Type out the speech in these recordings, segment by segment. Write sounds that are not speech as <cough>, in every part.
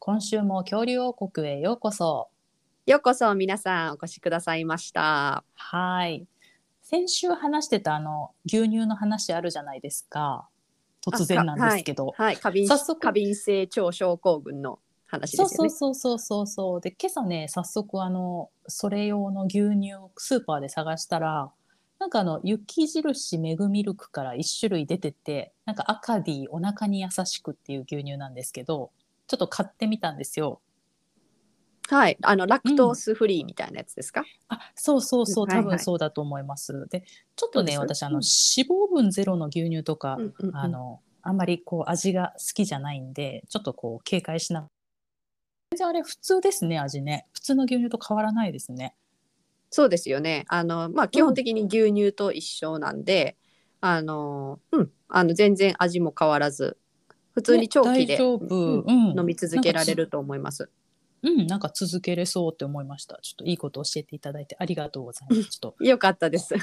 今週も恐竜王国へようこそようこそ皆さんお越しくださいました。はい先週話してたあの牛乳の話あるじゃないですか突然なんですけど、はい、過敏早速過敏性腸症候群の話そでうすよそうね。そうそうそうそうで今朝ね早速あのそれ用の牛乳をスーパーで探したらなんかあの雪印メグミルクから1種類出ててなんかアカディお腹に優しくっていう牛乳なんですけどちょっと買ってみたんですよ。はい、あのラクトースフリーみたいなやつですか。あそうそうそうはいは多い分そうだと思います。でちょっとねそうです私あのうん脂肪分ゼロの牛乳とか、うんうんうんあのあんまりこう味が好きじゃないんでちょっとこう警戒しながら全然あれ普通ですね味ね普通の牛乳と変わらないですねそうですよね。あのまあ基本的に牛乳と一緒なんで、あのうんあの全然味も変わらず普通に長期ね大で、丈夫、うんうん飲み続けられると思います。うんなんか続けれそうって思いましたちょっといいこと教えていただいてありがとうございま <laughs> すちょっよかったです。と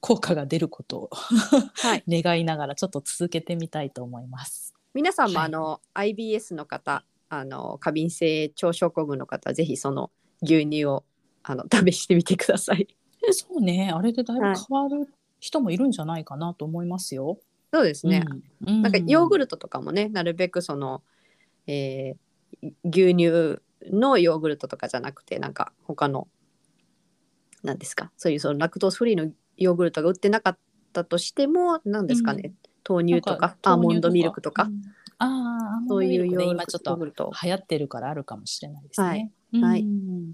効果が出ることをはい。 <laughs> 願いながらちょっと続けてみたいと思います皆さんもはいあの、IBS の方あの過敏性腸症候群の方はぜひその牛乳をあの試してみてくださいそうねあれでだいぶはい変わる人もいるんじゃないかなと思いますよ、そうですね、うん、なんかヨーグルルトとかもねなるべくその、えー牛乳のヨーグルトとかじゃなくてなんか他のなんですかそういうそのラクトースフリーのヨーグルトが売ってなかったとしても何ですかね、豆乳とかアーモンドミルクとか、ああアーモンドそうミいルうクヨねーグ今ルちょっトヨーとグルト流行ってるからあるかもしれないですね。はいうん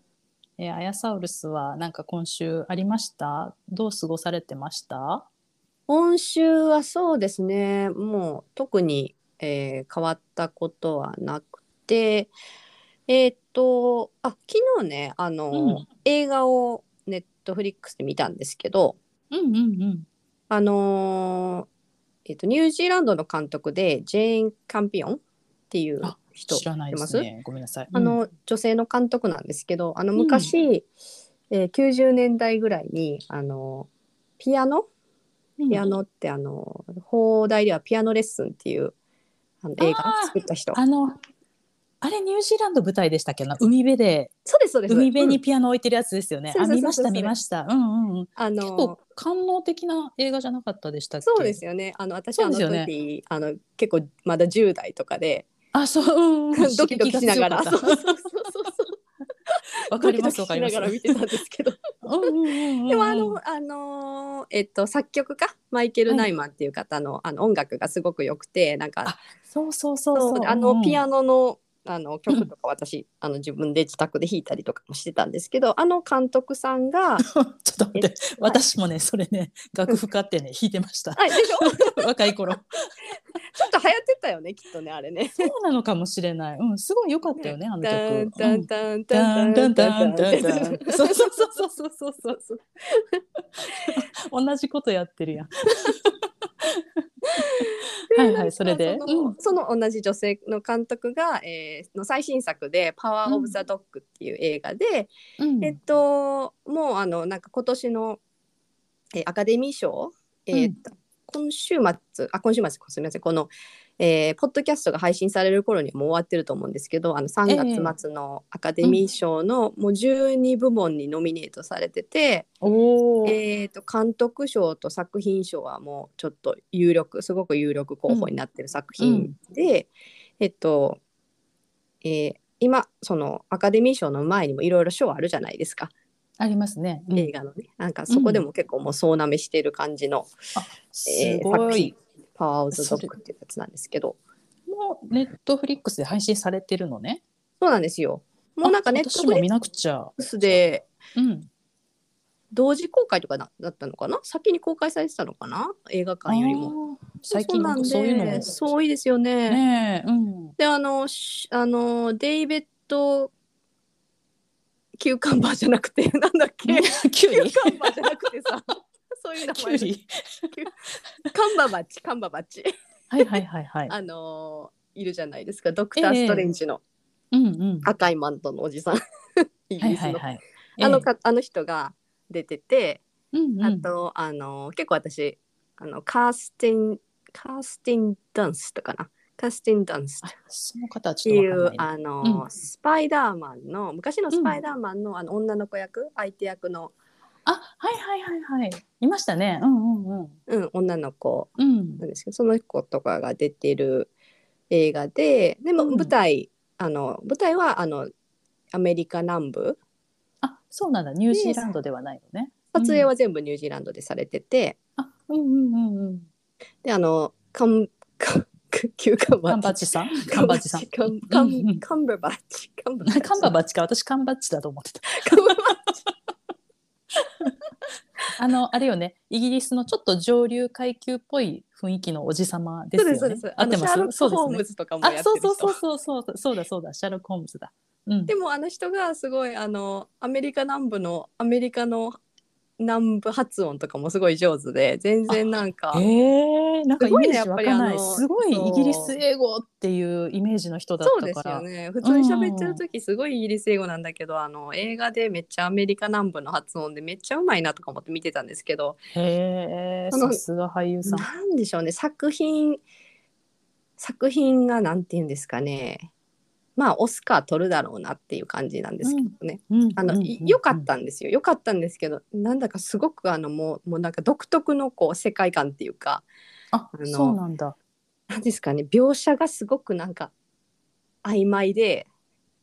えー、あやサウルスはなんか今週ありましたどう過ごされてました今週はそうですねもう特に、えー変わったことはなくてえーっとあ昨日ねあの、うん映画をネットフリックスで見たんですけどうんうんうん。あのーえーっとニュージーランドの監督でジェーン・カンピオンっていうあ人知らないです知ってね。ごめんなさい。あの女性の監督なんですけどあの昔、えー90年代ぐらいにあのピアノうん、ピアノってあの放題ではピアノレッスンっていうあの映画作った人あの、あれニュージーランド舞台でしたっけな海辺で、そうですそうです海辺うにんピアノ置いてるやつですよね。そうあ、そうそうそう見ました見ました。うんうんうん。あ結構の官能的な映画じゃなかったでしたっけそうですよねあの私そうあでのすよね時あの結構まだ10代とかであ、そう、うんうん。 <laughs> ドキドキしながら刺そう激そうが強そうそうかっそうたわかドりキまドすキわかしりまなす。がら見てたんですけど <laughs> うんうんうんうんでもあのあのーえっと作曲家マイケル・ナイマンっていう方の,、あの音楽がすごく良くてなんかそうそうそうそうそうあのピアノノのあの曲とか私あの自分で自宅で弾いたりとかもしてたんですけどあの監督さん <laughs> がちょっと待って私もねそれね楽譜買ってね弾いてま <laughs> したあでしょ若い頃ちょっと流行ってたよね、きっとね、あれね。そうなのかもしれないうんすごい良かったよねあの曲ダンダンダンダダンンダダンンダダンダンンダンダダンン。そうそうそうそうそうそうそう <laughs> 同じことやってるやんはいはいそれでそうんのその同じ女性の監督が、えーの最新作で「パワー・オブ・ザ・ドッグ」っていう映画で、うんえっともうあのなんか今年の、えーアカデミー賞、えーうん今週末あ今週末すみませんこの、えーポッドキャストが配信される頃にはもう終わってると思うんですけどあの3月末のアカデミー賞のもう12部門にノミネートされてて。おおえー、と監督賞と作品賞はもうちょっと有力すごく有力候補になってる作品で、えっと、えー今そのアカデミー賞の前にもいろいろ賞あるじゃないですか、ありますねうん映画のねなんかそこでも結構もう総なめしてる感じの、すえーご作い品「パワー・オブ・ザ・ドッグ」っていうやつなんですけどもうネットフリックスで配信されてるのねそうなんですよもうなんかあネット私フもリ見ッなくちゃクスでうん同時公開とかなだったのかな先に公開されてたのかな映画館よりも。あー最近なんかそういうのもそう多いですよねねえうんであのしあのデイビッド・キューカンバーじゃなくて <laughs> なんだっけ <laughs> キキュュウ <laughs> リーカンバーじゃなくて <laughs> さそういう名キュウ前リカンババッチカンババッチはいはいはいはい。あのーいるじゃないですかドクター・ええストレンジのうんうん。赤いマントのおじ <laughs> さんイギはいリスはいのはい。あのかあの人が出てて、ええ、うんうんあとあの結構私あのカースティンカースティン・ダンスとかなカースティン・ダンスあっその方はてちょっいとわうかんないあの、うんスパイダーマンの昔のスパイダーマンの,、あの女の子役相手役の、あはいはいはいはいいましたねうんうんうんうん、女の子うんなんですけどその子とかが出てる映画ででもうん舞台、あの舞台はあのアメリカ南部あそうなんだニュージーランドではないのね撮影は全部ニュージーランドでされてて、あうんうんうんうんであのカンカンキューカンバカンッチバッチさんカンバッチさんカンカうんうんンカンババッチ。カンババッチカンババッチか私カンバッチだと思ってたカンババッチあのあれよねイギリスのちょっと上流階級っぽい雰囲気のおじさまでそすうよねですそうです。合あっのてシまャーすロッそクうですホーねムズとかもやっあてるそう人そうそうそうそうそうだそうだシャーロック・ホームズだうんでもあの人がすごいあのアメリカ南部のアメリカの南部発音とかもすごい上手で全然なんかえー、なんかイメージすごわいねかんなやっぱりあいのすごいそうイギリス英語っていうイメージの人だっそうたでかすらよね普通に喋ってる時すごいイギリス英語なんだけどあの映画でめっちゃアメリカ南部の発音でめっちゃうまいなとか思って見てたんですけどへえそのさすが俳優さんなんでしょうね作品作品がなんて言うんですかねまあオスカー取るだろうなっていう感じなんですけどね、あの、い良かったんですよ良かったんですけどなんだかすごくあのもうもうなんか独特のこう世界観っていうかああのそうなんだなんですかね描写がすごくなんか曖昧で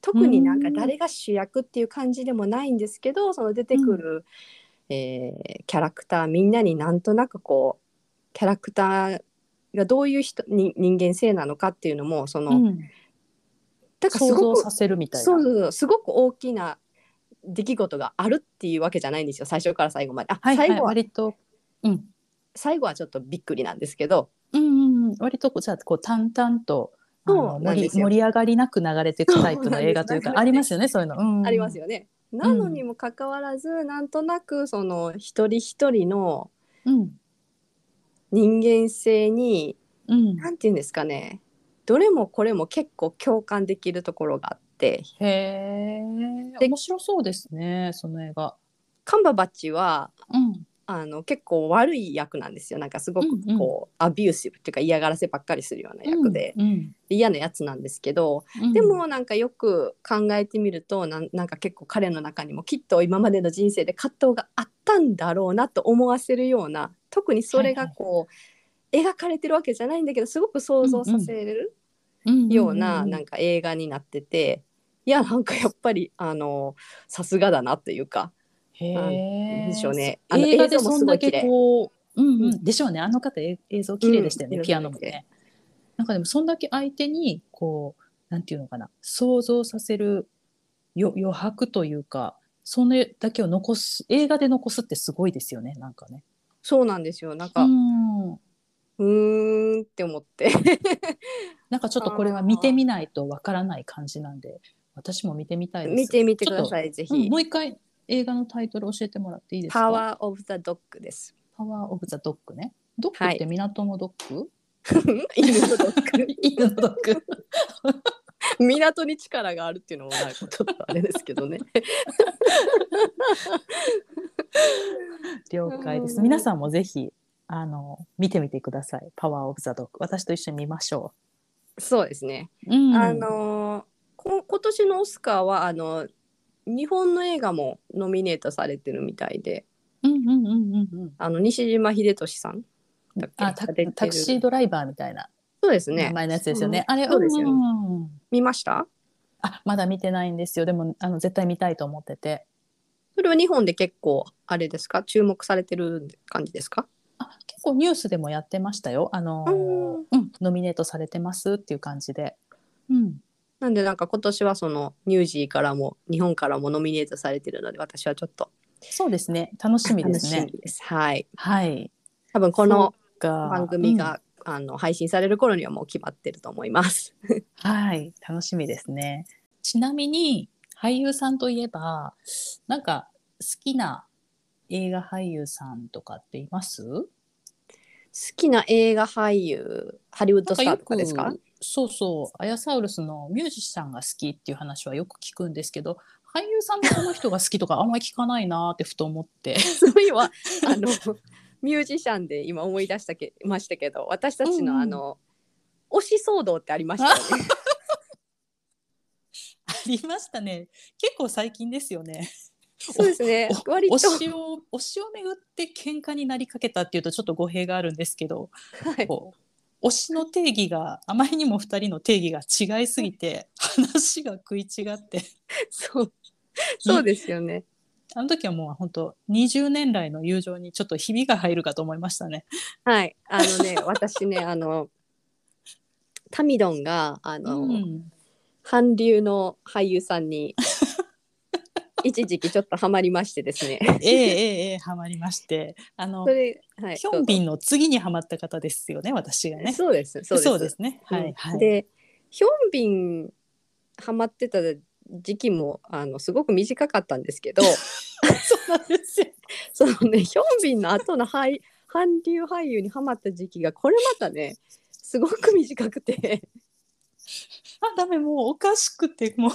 特になんか誰が主役っていう感じでもないんですけどその出てくる、えーキャラクターみんなになんとなくこうキャラクターがどういう人に人間性なのかっていうのもその、うんだからす想像ごくさせるみたいなそうそうそうすごく大きな出来事があるっていうわけじゃないんですよ最初から最後まで。あ、はいはい、最後は割と、うん、最後はちょっとびっくりなんですけどうんうんうん割とこうじゃあこう淡々とあのそうな盛んりですよ盛り上がりなく流れていくタイプの映画というかそうあなんりでますすよねそういうの、うん、あります、よね。なのにもかかわらず、なんとなくその一人一人のうん人間性にうん、何て言うんですかねどれもこれも結構共感できるところがあってへえ面白そうですねその映画、カンババッチはうん、あの結構悪い役なんですよなんかすごくこう、うんアビューシブっていうか嫌がらせばっかりするような役で、うん嫌なやつなんですけど、うんでもなんかよく考えてみるとなんなんか結構彼の中にもきっと今までの人生で葛藤があったんだろうなと思わせるような特にそれがこう、描かれてるわけじゃないんだけどすごく想像させるようななんか映画になってて。いやなんかやっぱりあのさすがだなというかへなんえでしょうねあの映画で映像もそすんごだい綺け麗こう、うんう、うんでしょうねあの方え映像綺麗でしたよね、うんピアノもねなんかでもそんだけ相手にこうなんていうのかな想像させるよ余白というかそれだけを残す映画で残すってすごいですよねなんかねそうなんですよなんうかうんーんって思ってなんかちょっとこれは見てみないとわからない感じなんで私も見てみたいです <laughs> 見てみてください、いちょぜっとうんひもう一回映画のタイトル教えてもらっていいで「すかパワー・オブ・ザ・ドッグ」です。 <laughs> パワーオブザドッグねドッグって港のドッグ、犬のドッグ犬のドッグ港に力があるっていうのもなんかちょっとあれですけどね。了解ですうん皆さんもぜひあの見てみてくださいパワーオブザドッグ私と一緒に見ましょ <laughs> そうですね。う、うんあのーこ今年のオスカーはあの日本の映画もノミネートされてるみたいで、うんうんうんうんうんあの西島秀俊さんだっけあタが出てるタクシードライバーみたいなそうです名ね。前のやつですよね、あれそうですよねんうんうん見ました？あまだ見てないんですよでもあの絶対見たいと思っててそれは日本で結構あれですか？注目されてる感じですか？あ結構ニュースでもやってましたよあのーうんうんノミネートされてますっていう感じでうんなんでなんか今年はそのニュージーからも日本からもノミネートされてるので私はちょっとそうですね楽しみ楽ですしねみです。はい。はい多分このが番組うんが、あの配信される頃にはもう決まってると思います。はい、楽しみですね。ちなみに、俳優さんといえばなんか好きな映画俳優さんとかっていますきな映画俳優ハリウッドスターとかですかなんよくそうそうアヤサウルスのミュージシャンが好きっていう話はよく聞くんですけど俳優さんのこの人が好きとかあんまり聞かないなーってふと思 <laughs> って。そういえばあの <laughs> ミュージシャンで今思い出したけましたけど私たちの、うんうんあの推し騒動ってありましたよね。ありましたね結構最近ですよ <laughs> ね。そうですねお割と推しを推しをめぐって喧嘩になりかけたっていうとちょっと語弊があるんですけど、はいこう推しの定義があまりにも2人の定義が違いすぎて話が食い違ってそうそうですよね。あの時はもう本当20年来の友情にちょっとひびが入るかと思いましたね。はいあのね私ねあのタミドンがあの、うん、韓流の俳優さんに一時期ちょっとハマりましてですね。ええええええハマりましてあのそれはい。ヒョンビンの次にハマった方ですよね私がどうぞね。そうですそうですそうですね。はうんいはい。でヒョンビンハマってた時期もあのすごく短かったんです <laughs> けどそうなんですよ。そのねヒョンビンの後の俳韓流俳優にハマった時期がこれまたねすごく短くて <laughs> あダメもうおかしくてもう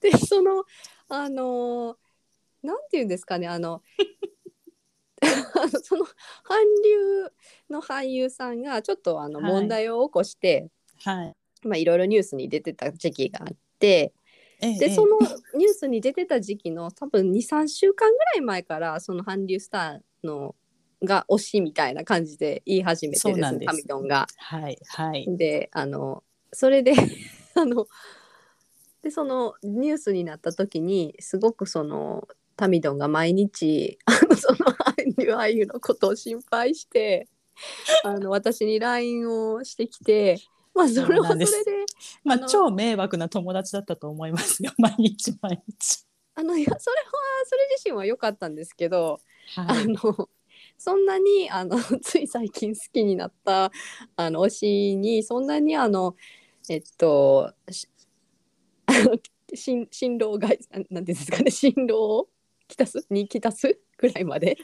でそのあのなんて言うんですかねあ <laughs> のあのその韓流の俳優さんがちょっとあのはい問題を起こして、はい。まあいろいろニュースに出てた時期があって、ええでそのニュースに出てた時期の多分23週間ぐらい前からその韓流スターのが推しみたいな感じで言い始めてそうでなすんですねタミドンが。はいはい。であのそれで <laughs> あのでそのニュースになった時にすごくそのタミドンが毎日 <laughs> あのその韓流俳優のことを心配してあの私に LINE をしてきて。まあそれはそうなそんれでですまああの超迷惑な友達だったと思いますよ毎日毎日。あのいやそれはそれ自身は良かったんですけど、はあい。のそんなにあの <laughs> つい最近好きになったあの推しにそんなにあのえっとしあの新新郎がなんなんていうんですかね新郎をきたすにきたすぐらいまで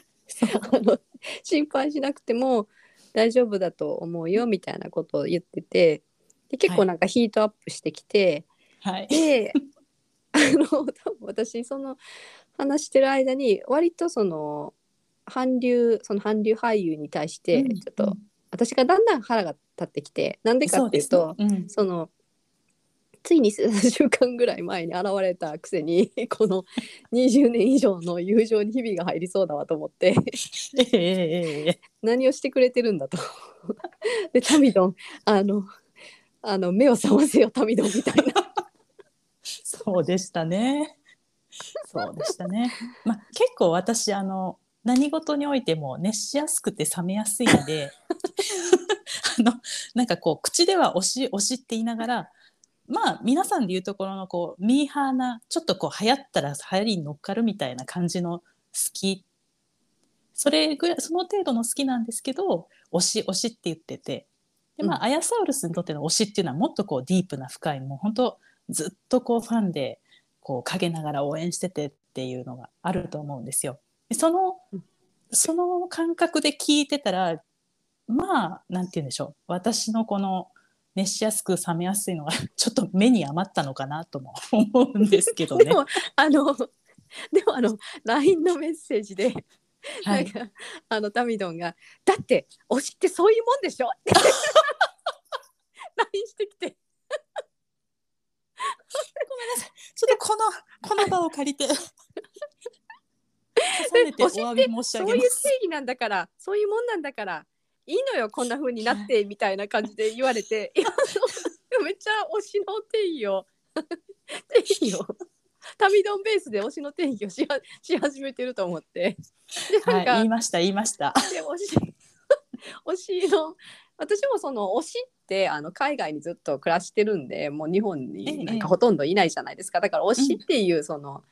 あの心配しなくても大丈夫だと思うよみたいなことを言っててで結は構いなんかヒートアップしてきて。はい。であの多分私その話してる間に割とその韓流その韓流俳優に対してうんちょっと、私がだんだん腹が立ってきてなんでかっていうとそうですねそ,、のついに3週間ぐらい前に現れたくせに <laughs> この20年以上の友情にひびが入りそうだわと思っ <laughs> うて <laughs> ん、ええええええ何をしてくれてるんだと。 <laughs> でタミドンあのあの目を覚ませよタミドンみたいな。そうでしたね。そうでしたね。まあ結構私あの何事においても熱しやすくて冷めやすいので、 <laughs> あのなんかこう口では押し押しって言いながら。まあ皆さんで言うところのこうミーハーなちょっとこう流行ったら流行りに乗っかるみたいな感じの好きそれぐらいその程度の好きなんですけど推し推しって言っててでまあ、うんアヤサウルスにとっての推しっていうのはもっとこうディープな深いもう本当ずっとこうファンでこう陰ながら応援しててっていうのがあると思うんですよ。でそのうんその感覚で聞いてたらまあなんて言うんでしょう私のこの熱しやすく冷めやすいのが <laughs> ちょっと目に余ったのかなとも思うんですけどでね。もあのでもあの LINE のメッセージで、はいなんかあのタミドンが「だって推しってそういうもんでしょ?」って <laughs> LINE してきてちょっと <laughs> このこの場を借りて重ねてお詫び申しそ上うげいまうす正。義なんだからそういうもんなんだからいいのよこんな風になってみたいな感じで言われていやそうめっちゃ推しの定 <laughs> 義を定義を <laughs> タミドンベースで推しの定義をしはし始めてると思って。ではい、言いました言いました。 <laughs> で推し推しの私もその推しってあの海外にずっと暮らしてるんでもう日本になんええかほとんどいないじゃないですかだから推しっていうその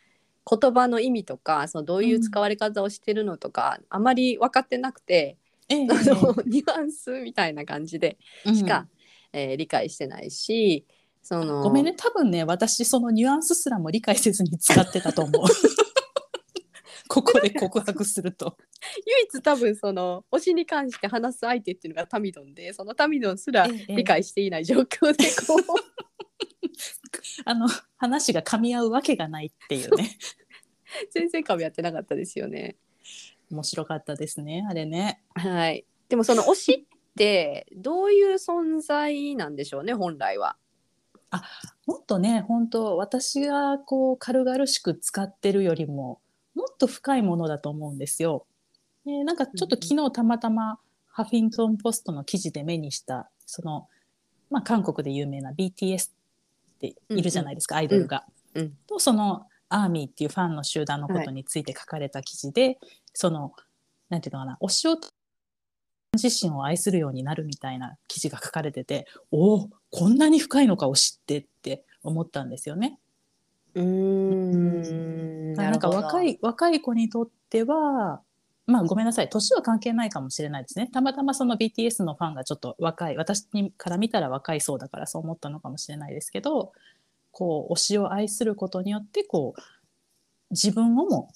言葉の意味とかそのどういう使われ方をしてるのとか、あまり分かってなくて、ええ <laughs> あのニュアンスみたいな感じでしか、えー理解してないしそのごめんね多分ね私そのニュアンスすらも理解せずに使ってたと <laughs> 思うここで告白すると唯一多分その推しに関して話す相手っていうのがタミドンでそのタミドンすら理解していない状況でこうあの話が噛み合うわけがないっていうね全然株やってなかったですよね。面白かったですねあれねはい、でもその推しってどういう存在なんでしょうね本来は。もっとね本当私がこう軽々しく使ってるよりももっと深いものだと思うんですよ。でなんかちょっと昨日たまたまハフィントン・ポストの記事で目にしたその、まあ、韓国で有名な BTS っているじゃないですか、アイドルが。うんとそのアーミーっていうファンの集団のことについて書かれた記事で、そのなんていうのかな推しを自身を愛するようになるみたいな記事が書かれてておおこんなに深いのかを知ってって思ったんですよね。うーんなんか若い若い子にとってはまあごめんなさい年は関係ないかもしれないですねたまたまその BTS のファンがちょっと若い私にから見たら若いそうだからそう思ったのかもしれないですけどこう推しを愛することによってこう自分をも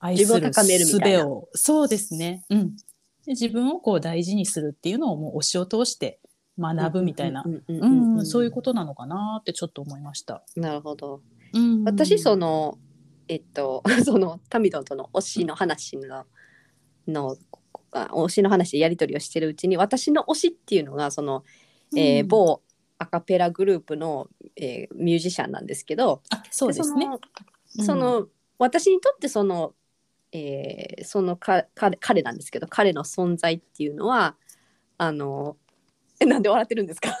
愛す自分るを高めるみ術たいなをそうですねうんで自分をこう大事にするっていうのをもう推しを通して学ぶみたいな、うんうんううんんうんそういうことなのかなってちょっと思いました。なるほど。うん私そのえっと <laughs> そのタミドンとの推しの話ののあ推しの話でやり取りをしてるうちに私の推しっていうのがその、えーうん某アカペラグループの、えーミュージシャンなんですけどあそうですね。そのその、私にとってその、えーそのか彼彼なんですけど彼の存在っていうのはあのえなんで笑ってるんですか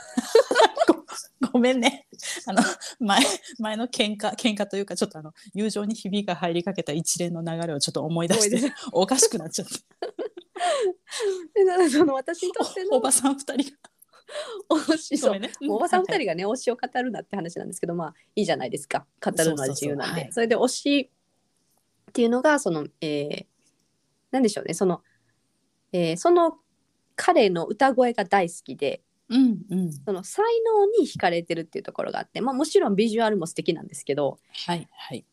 <laughs> ごめんね。あの前前の喧嘩喧嘩というかちょっとあの友情にひびが入りかけた一連の流れをちょっと思い出し思いておかしくなっちゃ <laughs> った。えなその私にとっておのおばさん二人推しが。ごそうめんね。もうおばさん2はい人がね、推しを語るなって話なんですけどまあいいじゃないですか語るのは自由なんでそうそうそうそはいれで推しっていうのがその、えー、なんでしょうねその、えーその彼の歌声が大好きではいうんうん。その才能に惹かれてるっていうところがあって、まあ、もちろんビジュアルも素敵なんですけどはいはい。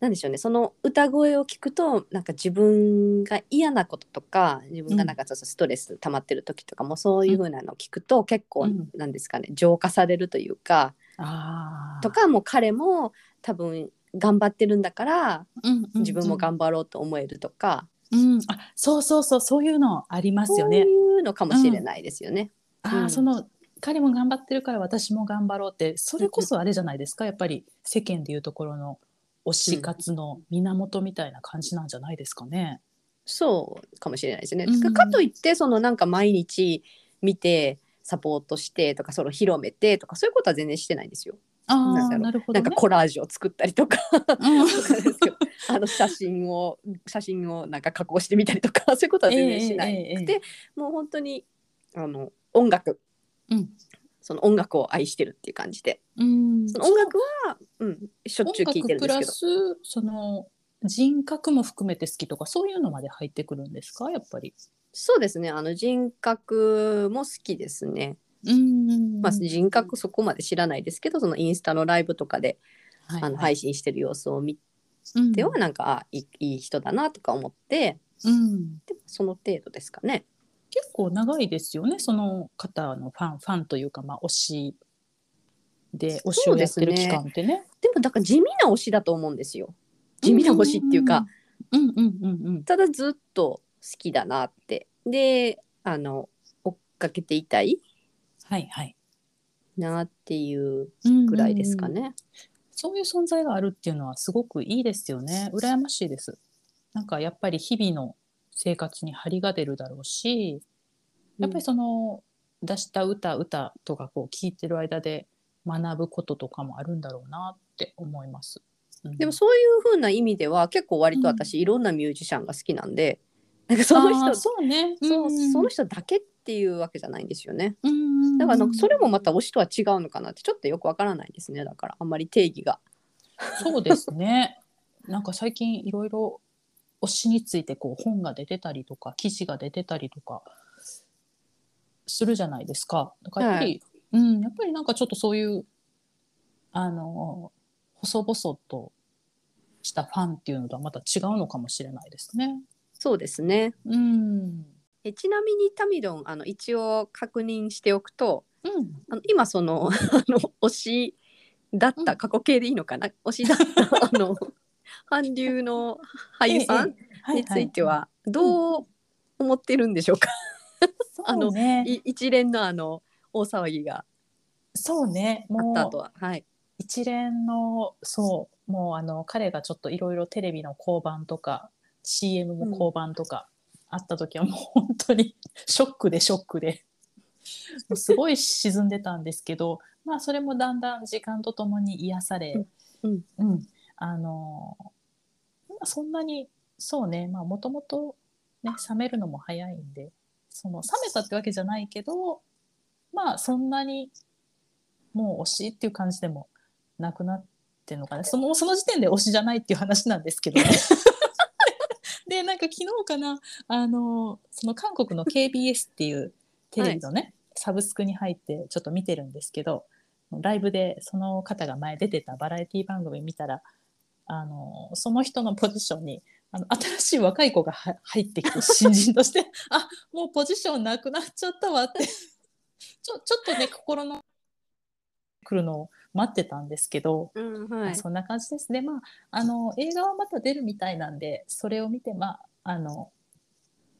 なんでしょうねその歌声を聞くとなんか自分が嫌なこととか自分がなんかちょっとストレス溜まってる時とかもそういうふうなのを聞くと結う構んなんですかね浄化されるというか。ああ。とかもう彼も多分頑張ってるんだからうんうんうん、自分も頑張ろうと思えるとか、うんあそうそうそうそういうのありますよね。そういうのかもしれないですよね。ああ、うんその彼も頑張ってるから私も頑張ろうってそれこそあれじゃないですかやっぱり世間でいうところの推し活の源みたいな感じなんじゃないですかね。そうかもしれないですね。うんかといってそのなんか毎日見てサポートしてとかそれを広めてとかそういうことは全然してないんですよ。あなんあだろうなるほなど、んね。かコラージュを作ったりとか <laughs> うんあの写真を写真をなんか加工してみたりとか <laughs> そういうことは全然しなえい。えええええでもう本当にあの音楽うんその音楽を愛してるっていう感じで。うん、その音楽は、うん、しょっちゅう聴いてるん音楽プですけラど。スその人格も含めて好きとかそういうのまで入ってくるんですかやっぱり。そうですね。あの人格も好きですね。うんまあ、人格そこまで知らないですけど、そのインスタのライブとかで、はいあの配信してる様子を見うんては、なんか、あ、いいい人だなとか思って。うんでも、その程度ですかね。結構長いですよねその方のファンファンというかまあ推しで推しをやってる期間ってね。でも、だから、地味な推しだと思うんですよ。地味な推しっていうか、うんうんうんうんただずっと好きだなって。で、あの、追っかけていたいはいはい。なっていうぐぐらいですかね。そういう存在があるっていうのはすごくいいですよね。羨ましいです。なんかやっぱり日々の生活に張りが出るだろうし、やっぱりその出した歌歌とかこう聞いてる間で学ぶこととかもあるんだろうなって思います。うんでもそういう風な意味では結構割と私いろんなミュージシャンが好きなんで、なんかそのあー人そそうね。うその人人だけっていうわけじゃないんですよね。だだからなんかそれもまた推しとは違うのかなってちょっとよくわからないですねだからあんまり定義が。そうですね。なんか最近いろいろ推しについてこう本が出てたりとか記事が出てたりとかするじゃないですか。だからやっぱりうん、やっぱりなんかちょっとそういう、あの、細々としたファンっていうのとはまた違うのかもしれないですね。そうですねうん。えちなみにタミドンあの一応確認しておくとうん。あの今その <laughs> あの推しだった過去形でいいのかな、推しだった <laughs> あの韓流の俳優さんええについて、ははどう思ってるんでしょうか、いはいそうね。い一連のあの大騒ぎがそうね。あもった後うははい一連の、そう、もうあの、彼がちょっといろいろテレビの交番とか、CM も交番とか、あった時はもう本当に <laughs> ショックでショックで、もうすごい沈んでたんですけど、まあそれもだんだん時間とともに癒され、うんうんあの、まあそんなに、そうね、まあもともとね、冷めるのも早いんで、その冷めたってわけじゃないけど、まあそんなにもう推しっていう感じでもなくなってるのかな。そのその時点で推しじゃないっていう話なんですけどね。で、なんか昨日かな、あの、その韓国の KBS っていうテレビのね、サブスクに入ってちょっと見てるんですけど、ライブでその方が前出てたバラエティ番組見たら、あの、その人のポジションに、あの新しい若い子がは入ってきて新人として「あもうポジションなくなっちゃったわ」ってちょちょっとね心の来るのを待ってたんですけど、うんまあはいそんな感じですね、まあ、あの映画はまた出るみたいなんでそれを見てまああの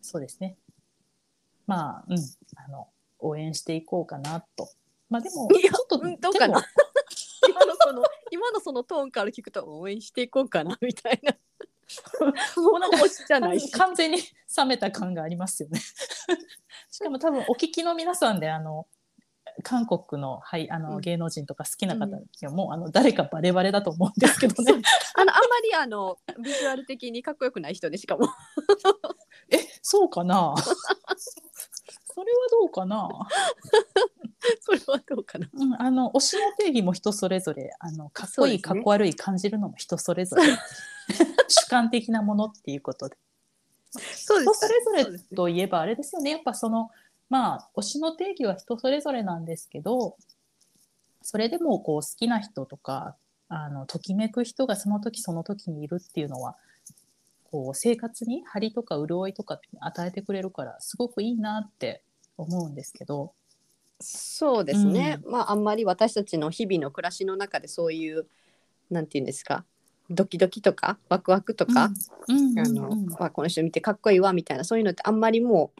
そうですねまあうんあの応援していこうかなとまあでもいやちょっとうんどうかでなも今のその今のそのトーンから聞くと応援していこうかなみた <laughs> いなもうなんか推しじゃないし完全に冷めた感がありますよね。 <laughs> しかも多分お聞きの皆さんであの韓国の,、はい、あうのん芸能人とか好きな方にはもうあの誰かバレバレだと思うんですけどそねうあのあんまりあのビジュアル的にかっこよくない人でしかも <laughs> えそうかなそれはどうかな、それはどうかなうん、あの推しの定義も人それぞれあのかっこいい、そかっうですねこ悪い感じるのも人それぞ <laughs> れ主観的なものっていうことでそう人それぞそうでれすねといえばあれですよねやっぱそのまあ推しの定義は人それぞれなんですけどそれでもこう好きな人とかあのときめく人がその時その時にいるっていうのはこう生活に張りとか潤いとか与えてくれるからすごくいいなって思うんですけどそうですね、まああんまり私たちの日々の暮らしの中でそういうなんていうんですかドキドキとかワクワクとか、うんあのまあ、この人見てかっこいいわみたいなそういうのってあんまりも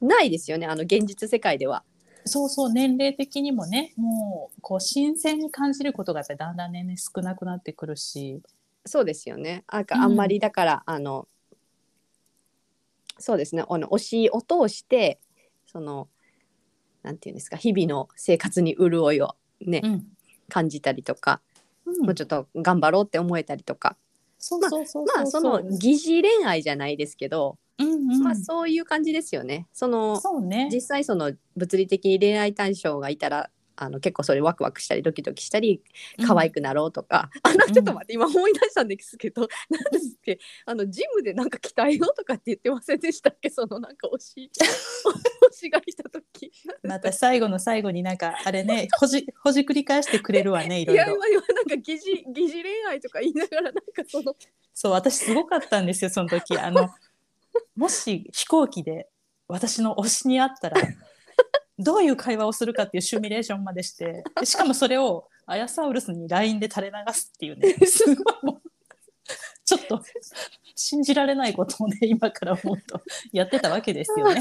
うないですよねあの現実世界では。そうそう年齢的にもねもうこう新鮮に感じることがやっぱりだんだん年々少なくなってくるし、そうですよねなんかうんあんまりだから、あのそうですねあの推しを通してそのなんていうんですか日々の生活に潤いをね、うん感じたりとか、うんもうちょっと頑張ろうって思えたりとかそうそうそうううまあその疑似恋愛じゃないですけど、うんうんまあそういう感じですよね。そのそうね。実際その物理的に恋愛対象がいたらあの結構それワクワクしたりドキドキしたり可愛く。くなろうとか、あなんかちょっと待って、今思い出したんですけど <laughs> 何ですっけあのジムでなんか鍛えようとかって言ってませんでしたっけそのなんか推 <laughs> し推しがいた時また最後の最後になんかあれ <laughs> ね、ほじほじくり返してくれるわね、いろいいやろ。今今なんか疑似疑似恋愛とか言いながらなんかそのそう、私すごかったんですよ、その時。あ <laughs> の、もし飛行機で私の推しに会ったら、どういう会話をするかっていうシミュレーションまでして、でしかもそれをアヤサウルスに LINE で垂れ流すっていう <laughs> ね、すごいもう。ちょっと信じられないことをね今から思うとやってたわけです <laughs> よね。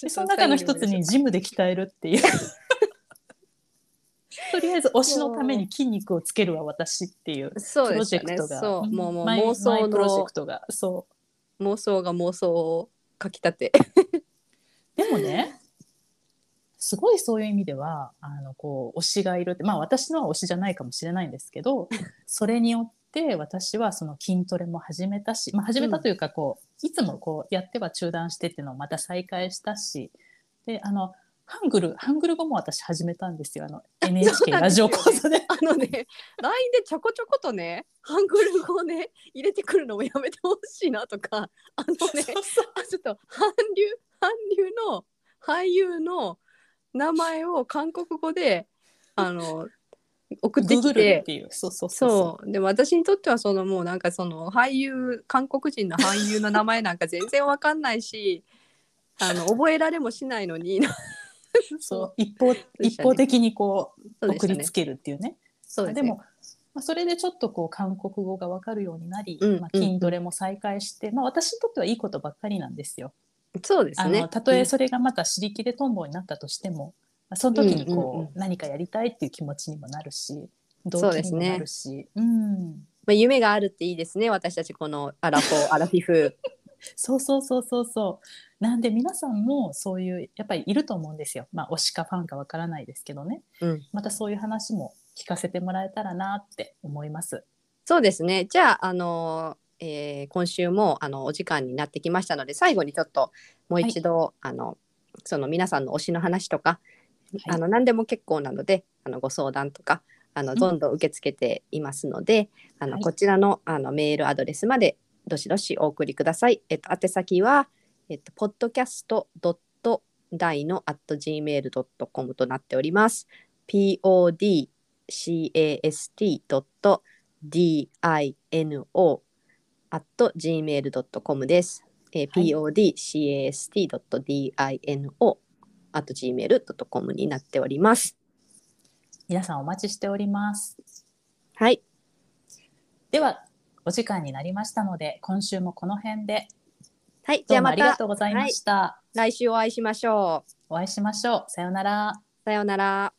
でその中の一つにジムで鍛えるっていう。 <laughs> とりあえず推しのために筋肉をつけるは私っていうそプうでロすジェよクねトが、そうもうもうマイ妄マ想イプロジェのクトがそ妄想が妄想をかきたて <laughs> うでもねすごいそういう意味ではあのこう推しがいるってまあ私のは推しじゃないかもしれないんですけどそれによって私はその筋トレも始めたし、まあ、始めたというかこう、いつもこうやっては中断してっていうのをまた再開したしであのハングルハングル語も私始めたんですよあの NHK ラジオ講座で。あのね LINE でちょこちょことねハングル語をね入れてくるのもやめてほしいなとかあのねそうそうあちょっと韓流韓流の俳優の名前を韓国語であの送ってグきグるてっていう。そうそうそうそう。そうでも私にとってはそのもうなんかその俳優韓国人の俳優の名前なんか全然わかんないしあの覚えられもしないのにそう一方ね一方的にこそううでし送たりねつけるっていうね。そうですねも、まあ、それでちょっとこう韓国語がわかるようになり、うんまあ、うん筋トレも再開して、まあ、私にとってはいいことばっかりなんですよ。そうですあねのたとえそれがまた自力でトンボになったとしても、まあ、その時にこう、うんうんうん何かやりたいっていう気持ちにもなるしそ動うで機にすもねなるしうんまあ、夢があるっていいですね私たちこのアラフォーアラフィフそうそうそうそうそうなんで皆さんもそういうやっぱりいると思うんですよ、まあ、推しかファンかわからないですけどね、うんまたそういう話も聞かせてもらえたらなって思います。そうですねじゃああの、えー今週もあのお時間になってきましたので最後にちょっともう一度、あのその皆さんの推しの話とか、はいあの何でも結構なのであのご相談とかあのんどんどん受け付けていますので、あのはいこちらのあのメールアドレスまでどしどしお送りください。えっと、宛先は、えっと、podcast.dai の at gmail.com となっております。podcast.dino at gmail.com です。えー、podcast.dino at gmail.com になっております。皆さんお待ちしております。はい。では、お時間になりましたので、今週もこの辺で、はい。じどゃうあもあまりがたとうございました。来週お会いしましょう。お会いしましょう。さようなら。さようなら。